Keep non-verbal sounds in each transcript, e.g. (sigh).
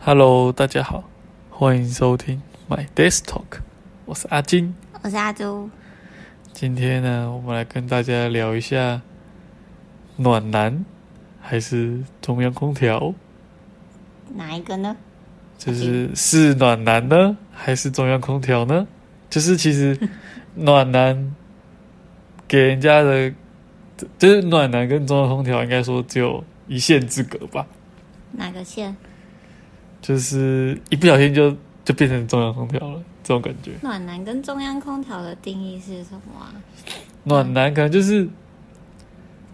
Hello，大家好，欢迎收听 My Desk Talk，我是阿金。我是阿朱。今天呢，我们来跟大家聊一下暖男还是中央空调，哪一个呢？就是是暖男呢还是中央空调呢？就是其实暖男给人家的，就是暖男跟中央空调应该说只有一线之隔吧，哪个线？就是一不小心就就变成中央空调了这种感觉。暖男跟中央空调的定义是什么啊？暖男可能就是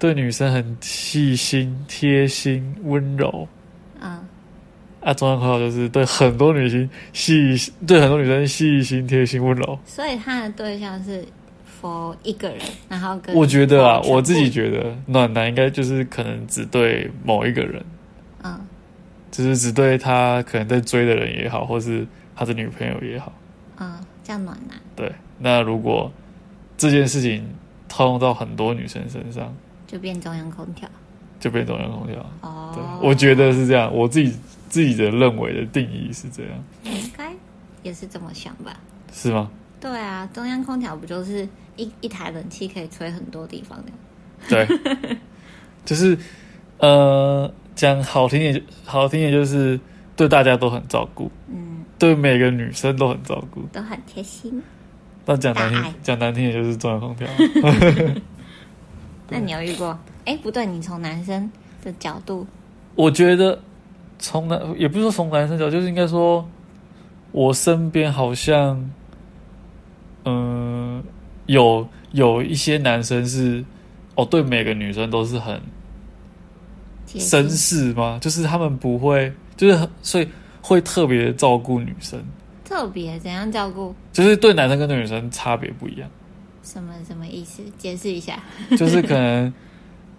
对女生很细心、贴心、温柔嗯，啊。中央空调就是对很多女性细心，对很多女生细心、贴心、温柔。所以他的对象是 for 一个人，然后跟我觉得啊， for 全部我自己觉得暖男应该就是可能只对某一个人，嗯就是只对他可能在追的人也好，或是他的女朋友也好。嗯叫暖男，对，那如果这件事情套用到很多女生身上，就变中央空调就变中央空调。对哦，。我觉得是这样，我自己自己的认为的定义是这样，你应该也是这么想吧？是吗？对啊，中央空调不就是一一台冷气可以吹很多地方的？对， (laughs) 就是呃，讲好听点，好听点就是对大家都很照顾，嗯，对每个女生都很照顾。都很贴心。那讲难大爱听，讲难听也就是中央空调啊。那你有遇过？哎，不对，你从男生的角度， (laughs) 我觉得从男也不是说从男生角度，就是应该说，我身边好像，嗯、有有一些男生是，哦，对每个女生都是很贴心绅士吗？就是他们不会，就是很所以会特别照顾女生，特别怎样照顾？就是对男生跟对女生差别不一样，什么什么意思？解释一下。就是可能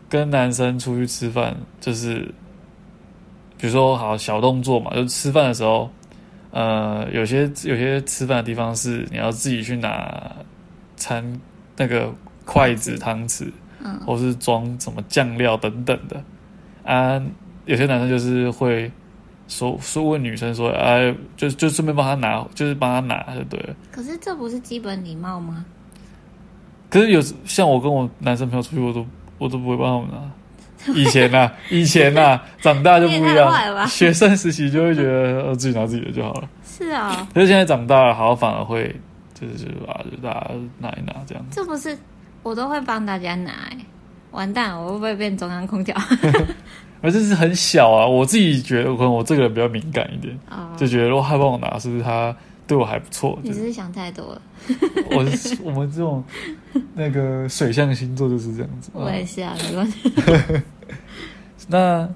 跟男生出去吃饭，就是比如说好小动作嘛，就吃饭的时候，呃，有些有些吃饭的地方是你要自己去拿餐那个筷子、汤匙，嗯或是装什么酱料等等的啊。有些男生就是会说说问女生说，哎、就就顺便帮他拿，就是帮他拿就对了。，可是这不是基本礼貌吗？可是有时像我跟我男生朋友出去，我都我都不会帮他们拿。 (laughs) 以前呐、以前呐、长大就不你一也太坏了吧样。学生时期就会觉得呃自己拿自己的就好了，是啊、可是现在长大了，好像反而会就是就是啊，就大家拿一拿这样。这不是我都会帮大家拿、欸，完蛋，我会不会变中央空调？而这是很小啊，我自己觉得可能我这个人比较敏感一点，哦，就觉得如果他帮我拿，是不是他对我还不错？你就是是不是想太多了，我是我们这种那个水象星座就是这样 (laughs) 子。我也是啊，没关系。那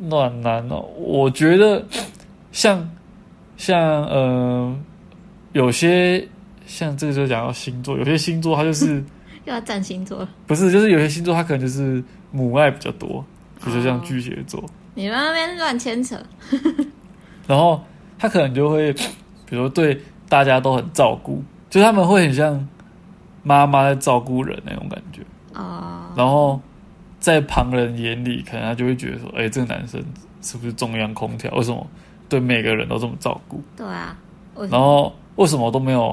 暖男哦，我觉得 (coughs) 像像呃，有些像这个就讲到星座，有些星座它就是又要占星座了，不是，就是有些星座它可能就是母爱比较多，比如说像哦巨蟹座，你们那边乱牵扯，然后他可能就会， (coughs) 比如说对大家都很照顾，就是他们会很像妈妈在照顾人那种感觉。哦，然后在旁人眼里，可能他就会觉得说，哎、这个男生是不是中央空调？为什么对每个人都这么照顾？对啊，我然后为什么都没有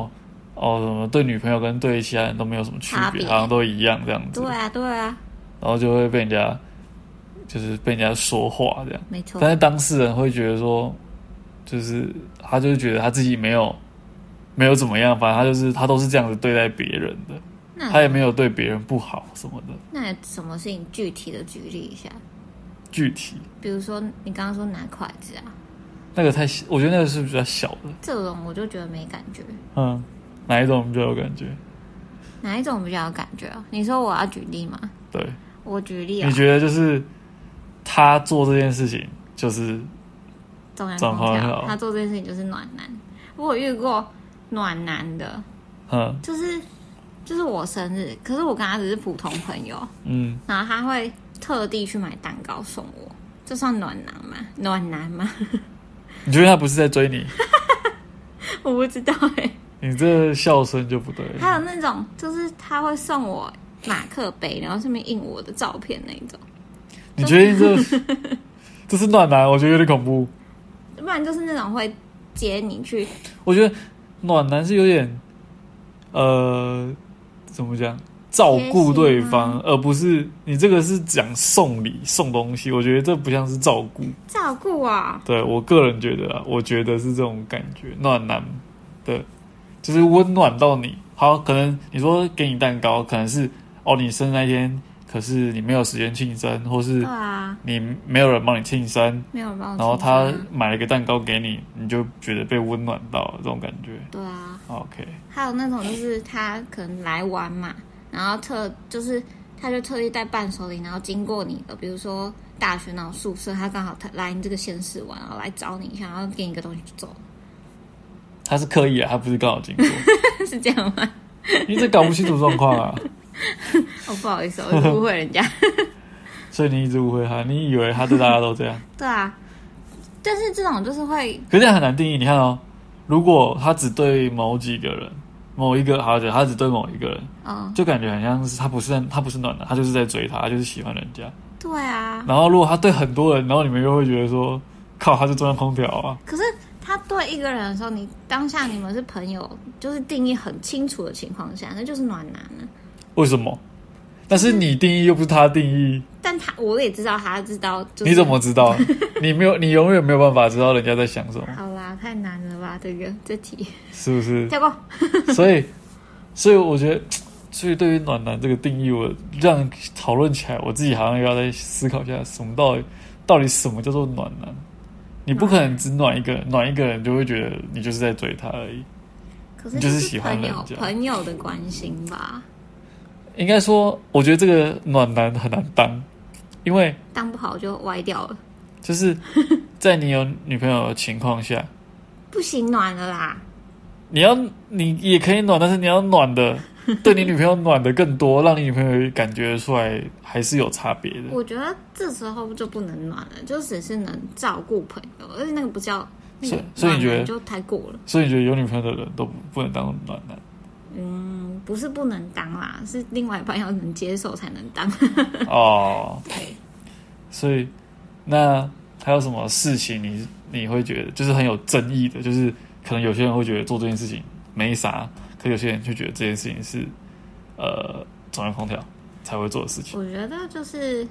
哦？什么对女朋友跟对其他人都没有什么区差别，别好像都一样这样子对，啊，对啊，然后就会被人家就是被人家说话这样。没错但，是当事人会觉得说，就是他就觉得他自己没有没有怎么样，反正他就是他都是这样子对待别人的，他那也没有对别人不好什么的。那什么事情具体的举例一下？具体比如说你刚刚说拿筷子啊，那个太小，我觉得那个是比较小的。这种我就觉得没感觉，嗯，哪一种比较有感觉？哪一种比较有感觉啊？你说我要举例吗？对，我举例啊你，觉得就是他做这件事情，就是中央中空央空调调，他做这件事情就是暖男。我有遇过暖男的，嗯就是就是我生日，可是我跟他只是普通朋友，嗯，然后他会特地去买蛋糕送我，这算暖男吗？暖男吗？ (laughs) 你觉得他不是在追你，我不知道哎、你这笑声就不对了。还有那种就是他会送我马克杯，然后上面印我的照片那一种，你觉得这这是暖男？我觉得有点恐怖。没有不然就是那种会接你去，我觉得暖男是有点，呃，怎么讲？照顾对方，而不是你这个是讲送礼送东西，我觉得这不像是照顾。照顾啊，对我个人觉得啊，我觉得是这种感觉，暖男的，就是温暖到你。好，可能你说给你蛋糕，可能是哦，你生日那天，可是你没有时间庆生，或是对啊，你没有人帮你庆生，没有人帮我庆然生啊。后他买了一个蛋糕给你，你就觉得被温暖到这种感觉。哦对啊， OK，还有那种就是他可能来玩嘛，然后特就是他就特意带伴手礼，然后经过你的，呃比如说大学那种宿舍，他刚好他来你这个县市玩，然后来找你一下，然后给你一个东西就 (laughs) 走，他是刻意啊，他不是刚好经 (laughs) 过，是这样吗？因为这搞不清楚状况啊，哦，不好意思，我误会人家。所以你一直误会他，你以为他对大家都这样，对啊，但是这种就是会可是这样很难定义。你看哦，如果他只对某几个人，某一个好姐，他只对某一个人，嗯，就感觉很像是他不是在他不是暖男，他就是在追他，他就是喜欢人家。对啊。然后如果他对很多人，然后你们又会觉得说，靠，他是中央空调啊。可是他对一个人的时候，你当下你们是朋友，就是定义很清楚的情况下，那就是暖男啊了。为什么？但是你定义又不是他定义，但他我也知道，他知道、就是。你怎么知道？你没有，你永远没有办法知道人家在想什么，好啦，太难了吧，这个这题是不是？跳过。所以，所以我觉得，所以对于暖男这个定义，我让讨论起来，我自己好像又要再思考一下，什么到底到底什么叫做暖男？你不可能只暖一个人，暖一个人就会觉得你就是在追他而已。可是你就是这喜欢朋友人家朋友的关心吧，应该说，我觉得这个暖男很难当，因为当不好就歪掉了，就是在你有女朋友的情况下，不行暖了啦。你要你也可以暖，但是你要暖的对你女朋友暖的更多，让你女朋友感觉出来还是有差别的。我觉得这时候就不能暖了，就只是能照顾朋友，而且那个不叫那所个以所以你觉得暖男就太过了。所以你觉得有女朋友的人都不不能当暖男？嗯，不是不能当啦，是另外一半要能接受才能 (laughs) 当。哦，对，所以那还有什么事情你你会觉得就是很有争议的？就是可能有些人会觉得做这件事情没啥，可有些人却觉得这件事情是呃中央空调才会做的事情。我觉得就是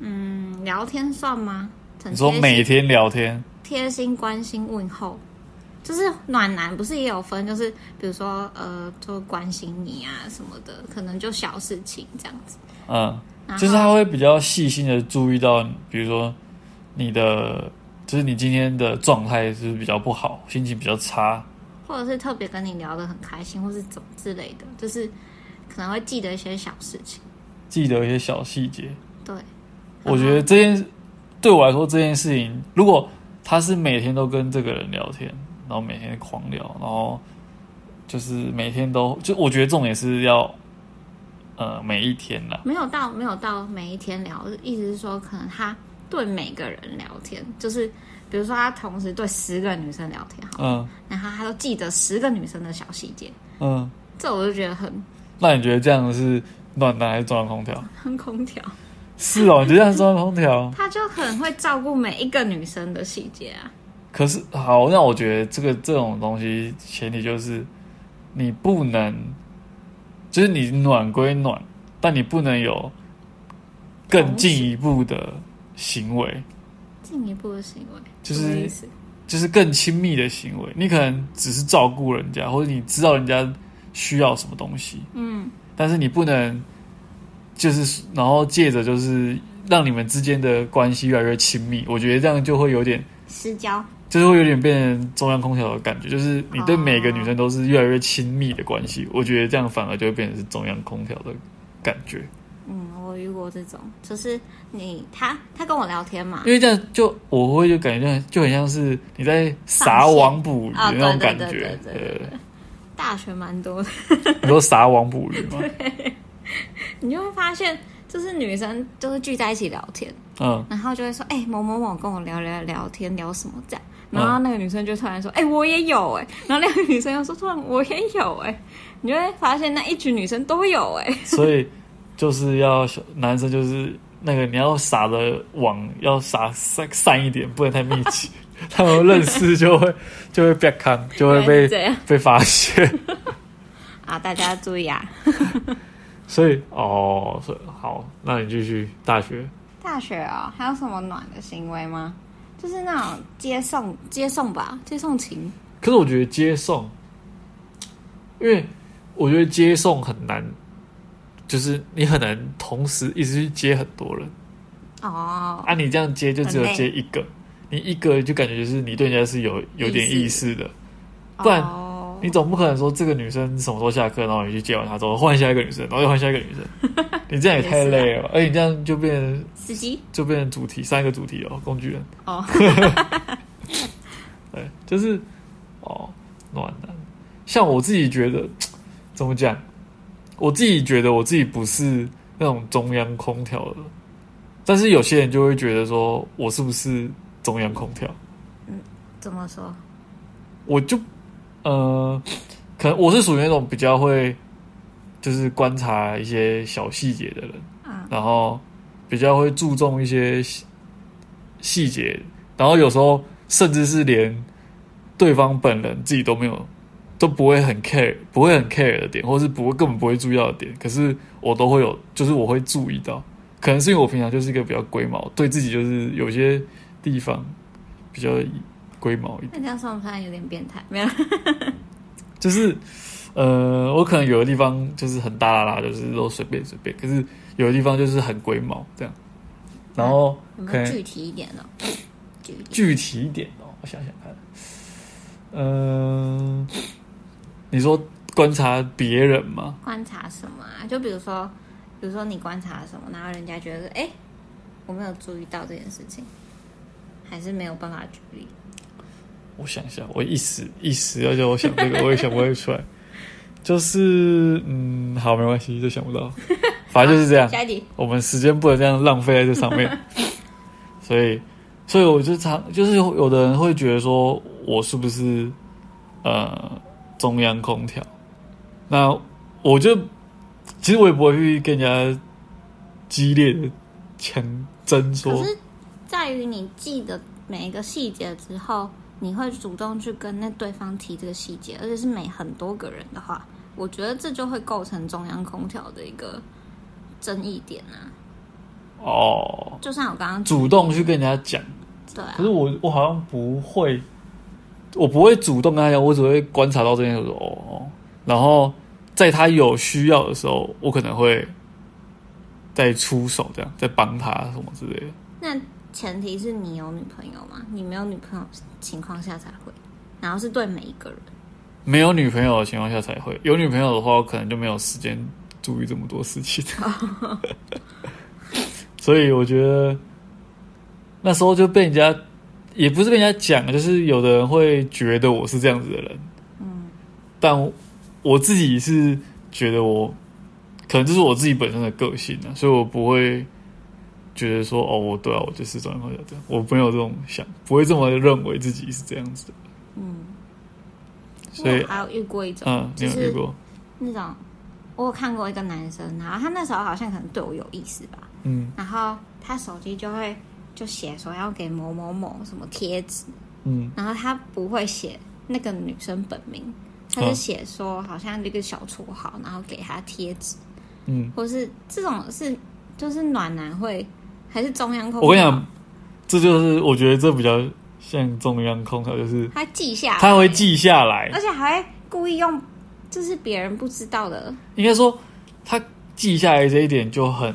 嗯，聊天算吗？很你说贴心每天聊天，贴心、关心、问候，就是暖男不是也有分，就是比如说呃，就关心你啊什么的，可能就小事情这样子。嗯，然后就是他会比较细心的注意到，比如说你的，就是你今天的状态是不是比较不好，心情比较差，或者是特别跟你聊得很开心，或是怎么之类的，就是可能会记得一些小事情。记得一些小细节。对，我觉得这件对我来说这件事情，如果他是每天都跟这个人聊天，然后每天狂聊，然后就是每天都，就我觉得重点是要，呃，每一天啦，没有到没有到每一天聊，意思是说可能他对每个人聊天，就是比如说他同时对十个女生聊天好，嗯然后他都记得十个女生的小细节，嗯，这我就觉得很 (laughs) 那你觉得这样是暖男还是中央空调？很空调。是哦，你觉得这样是中央空调？他就很会照顾每一个女生的细节啊。可是好，那我觉得这个这种东西，前提就是你不能，就是你暖归暖，但你不能有更进一步的行为，进一步的行为就是什么意思就是更亲密的行为。你可能只是照顾人家，或者你知道人家需要什么东西，嗯，但是你不能就是然后借着就是让你们之间的关系越来越亲密。我觉得这样就会有点私交就是会有点变成中央空调的感觉，就是你对每个女生都是越来越亲密的关哦系，我觉得这样反而就会变成是中央空调的感觉，嗯，我遇过这种，就是你他他跟我聊天嘛，因为这样就我会就感觉就很就很像是你在撒网捕鱼啊的那种对感对对觉，对对对对大学蛮多的，呃你说撒网捕鱼 (laughs) 吗？你就会发现，就是女生就是聚在一起聊天，嗯，然后就会说，哎、某某某跟我聊聊聊天，聊什么这样。然后那个女生就突然说：“哎、我也有哎、然后那个女生又说：“突然我也有哎、你就会发现那一群女生都有哎、所以就是要小男 (laughs) 生就是那个你要撒的网要撒散散一点，不能太密集，他们认识就会就会被看，就会原来是被这样被发现。啊，大家注意啊！所以哦，所以好，那你继续大学大学哦，还有什么暖的行为吗？就是那种接送接送吧，接送情。可是我觉得接送，因为我觉得接送很难，就是你很难同时一直去接很多人哦，啊。你这样接就只有很累接一个，你一个就感觉就是你对人家是有有点意哦意思思的。不然哦你总不可能说这个女生什么时候下课，然后你去接完她之后换下一个女生，然后又换下一个女生， (laughs) 你这样也太啊累了吧？而且你这样就变成司机就变成主题三个主题哦，工具人。哦， (laughs) 对，就是哦，暖男。像我自己觉得，怎么讲？我自己觉得我自己不是那种中央空调的，但是有些人就会觉得说我是不是中央空调？怎么说？我就呃，可能我是属于那种比较会就是观察一些小细节的人，嗯然后比较会注重一些细细节，然后有时候甚至是连对方本人自己都没有都不会很 care，不会很 care 的点，或是不会根本不会注意到的点，可是我都会有，就是我会注意到，可能是因为我平常就是一个比较龟毛，对自己就是有些地方比较龟毛一点。那这样算不算有点变态？没有，就是呃，我可能有的地方就是很大啦啦，就是都随便随便，可是有的地方就是很龟毛这样。然后我可们能嗯具体一点哦，具体具体一点哦，我想想看，嗯、你说观察别人吗？观察什么啊？就比如说，比如说你观察什么，然后人家觉得哎、诶我没有注意到这件事情，还是没有办法举例。我想一下，我一时一时要叫我想这个，我也想不会出来。就是嗯，好，没关系，就想不到，反正就是这样。下一题，我们时间不能这样浪费在这上 (laughs) 面，所以，所以我就常就是有有的人会觉得说我是不是呃中央空调？那我就其实我也不会去跟人家激烈的强争说可，是在于你记得每一个细节之后，你会主动去跟那对方提这个细节，而且是每很多个人的话，我觉得这就会构成中央空调的一个争议点啊。哦，就像我刚刚举主动去跟人家讲。对啊可，是我我好像不会，我不会主动跟他讲，我只会观察到这件事，我说哦哦，然后在他有需要的时候，我可能会再出手，这样再帮他什么之类的。那前提是你有女朋友嘛？你没有女朋友情况下才会，然后是对每一个人。没有女朋友的情况下才会，有女朋友的话，我可能就没有时间注意这么多事情。所以我觉得那时候就被人家，也不是被人家讲，就是有的人会觉得我是这样子的人，嗯，但我自己是觉得我可能就是我自己本身的个性啊，所以我不会觉得说哦，我对啊，我就是中央空调这样，我没有这种想，不会这么认为自己是这样子的。嗯，所以我还有遇过一种，嗯，你有遇过？那种我有看过一个男生，然后他那时候好像可能对我有意思吧，嗯然后他手机就会就写说要给某某某什么贴纸，嗯然后他不会写那个女生本名，他就嗯写说好像这个小绰号，然后给他贴纸，嗯，或是这种是就是暖男会还是中央空？我跟你讲，，这就是我觉得这比较像中央空调，就是他记下来，他会，记下来，而且还会故意用就是别人不知道的，应该说他记下来这一点就很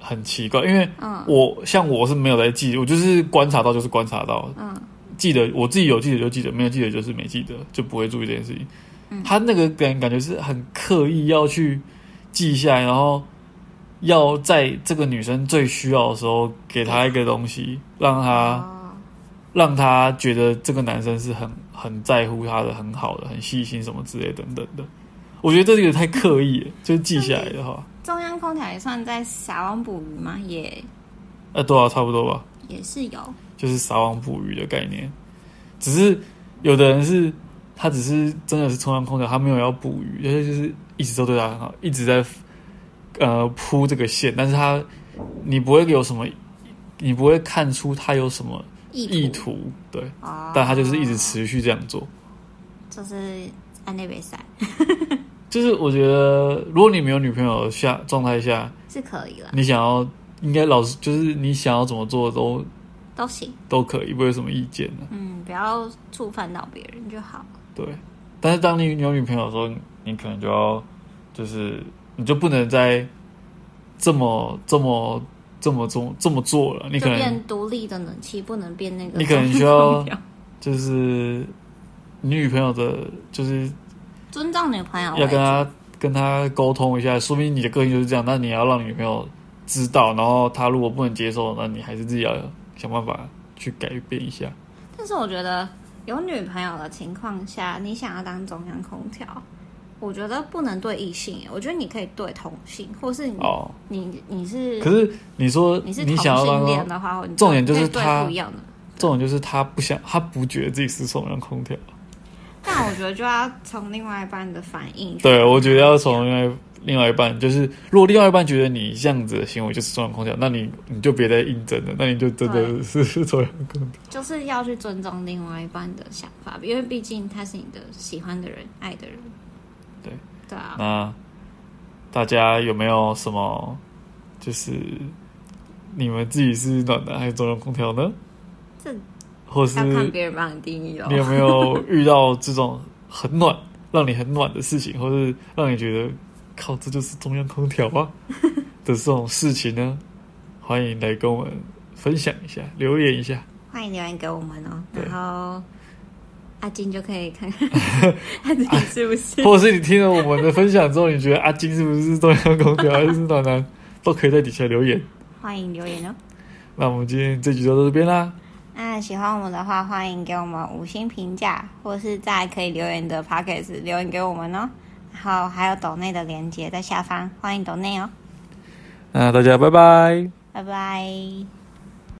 很奇怪，因为嗯我像我是没有在记，我就是观察到就是观察到，嗯，记得我自己有记得就记得，没有记得就是没记得，就不会注意这件事情。嗯他那个感感觉是很刻意要去记下来，然后要在这个女生最需要的时候给她一个东西，让她哦让她觉得这个男生是很很在乎她的、很好的、很细心什么之类等等的。我觉得这个也太刻意了， (laughs) 就是记下来的话，中央空调也算在撒网捕鱼吗？也呃，多少差不多吧。也是有，就是撒网捕鱼的概念。只是有的人是他只是真的是冲浪空调，他没有要捕鱼，有些就是一直都对他很好，一直在呃铺这个线，但是他你不会有什么，你不会看出他有什么意意图，图，对，哦但他就是一直持续这样做。就是安内比赛就是我觉得，如果你没有女朋友的下状态下，是可以了，你想要应该老实，就是你想要怎么做都都行，都可以，不会有什么意见的、嗯，不要触犯到别人就好。对，但是当你有女朋友的时候，你可能就要，就是你就不能再这么这么这么做这么做了。你就可能变独立的冷气，不能变那个。你可能需要就是你女朋友的，就是尊重女朋友为欸主，要跟她跟她沟通一下，说明你的个性就是这样，那你要让你女朋友知道，然后她如果不能接受，那你还是自己要想办法去改变一下。但是我觉得有女朋友的情况下，你想要当中央空调，我觉得不能对异性，欸我觉得你可以对同性，或是你、哦，你你是可是你说嗯你是你同想要性让恋她，的话，或你重点就是可以他对不一样的。重点就是她不想，她不觉得自己是中央空调。但我觉得就要从另外一半的反应去。对，我觉得要从另外另外一半，就是如果另外一半觉得你这样子的行为就是中央空调，那你你就别再应征了，那你就真的是是中央空调。就是要去尊重另外一半的想法，因为毕竟他是你的喜欢的人、爱的人。对对啊，那大家有没有什么就是你们自己是暖男还是中央空调呢？这或是要看别人帮你定义哦你。有没有遇到这种很暖、让你很暖的事情，或是让你觉得靠这就是中央空调 (laughs) 啊的这种事情呢？欢迎来跟我们分享一下，留言一下。 (laughs) 欢迎留言给我们哦，对然后阿金就可以看 (laughs) 看他自己是不是。或者是你听了我们的分享之后，你觉得阿金是不是中央空调还是暖男，都可以在底下留言。欢迎留言哦。那我们今天这集就到这边啦，那喜欢我们的话，欢迎给我们五星评价，或是在可以留言的 p o c k e t 留言给我们哦。然后还有抖内的链接在下方，欢迎抖内哦，那大家拜拜。拜拜。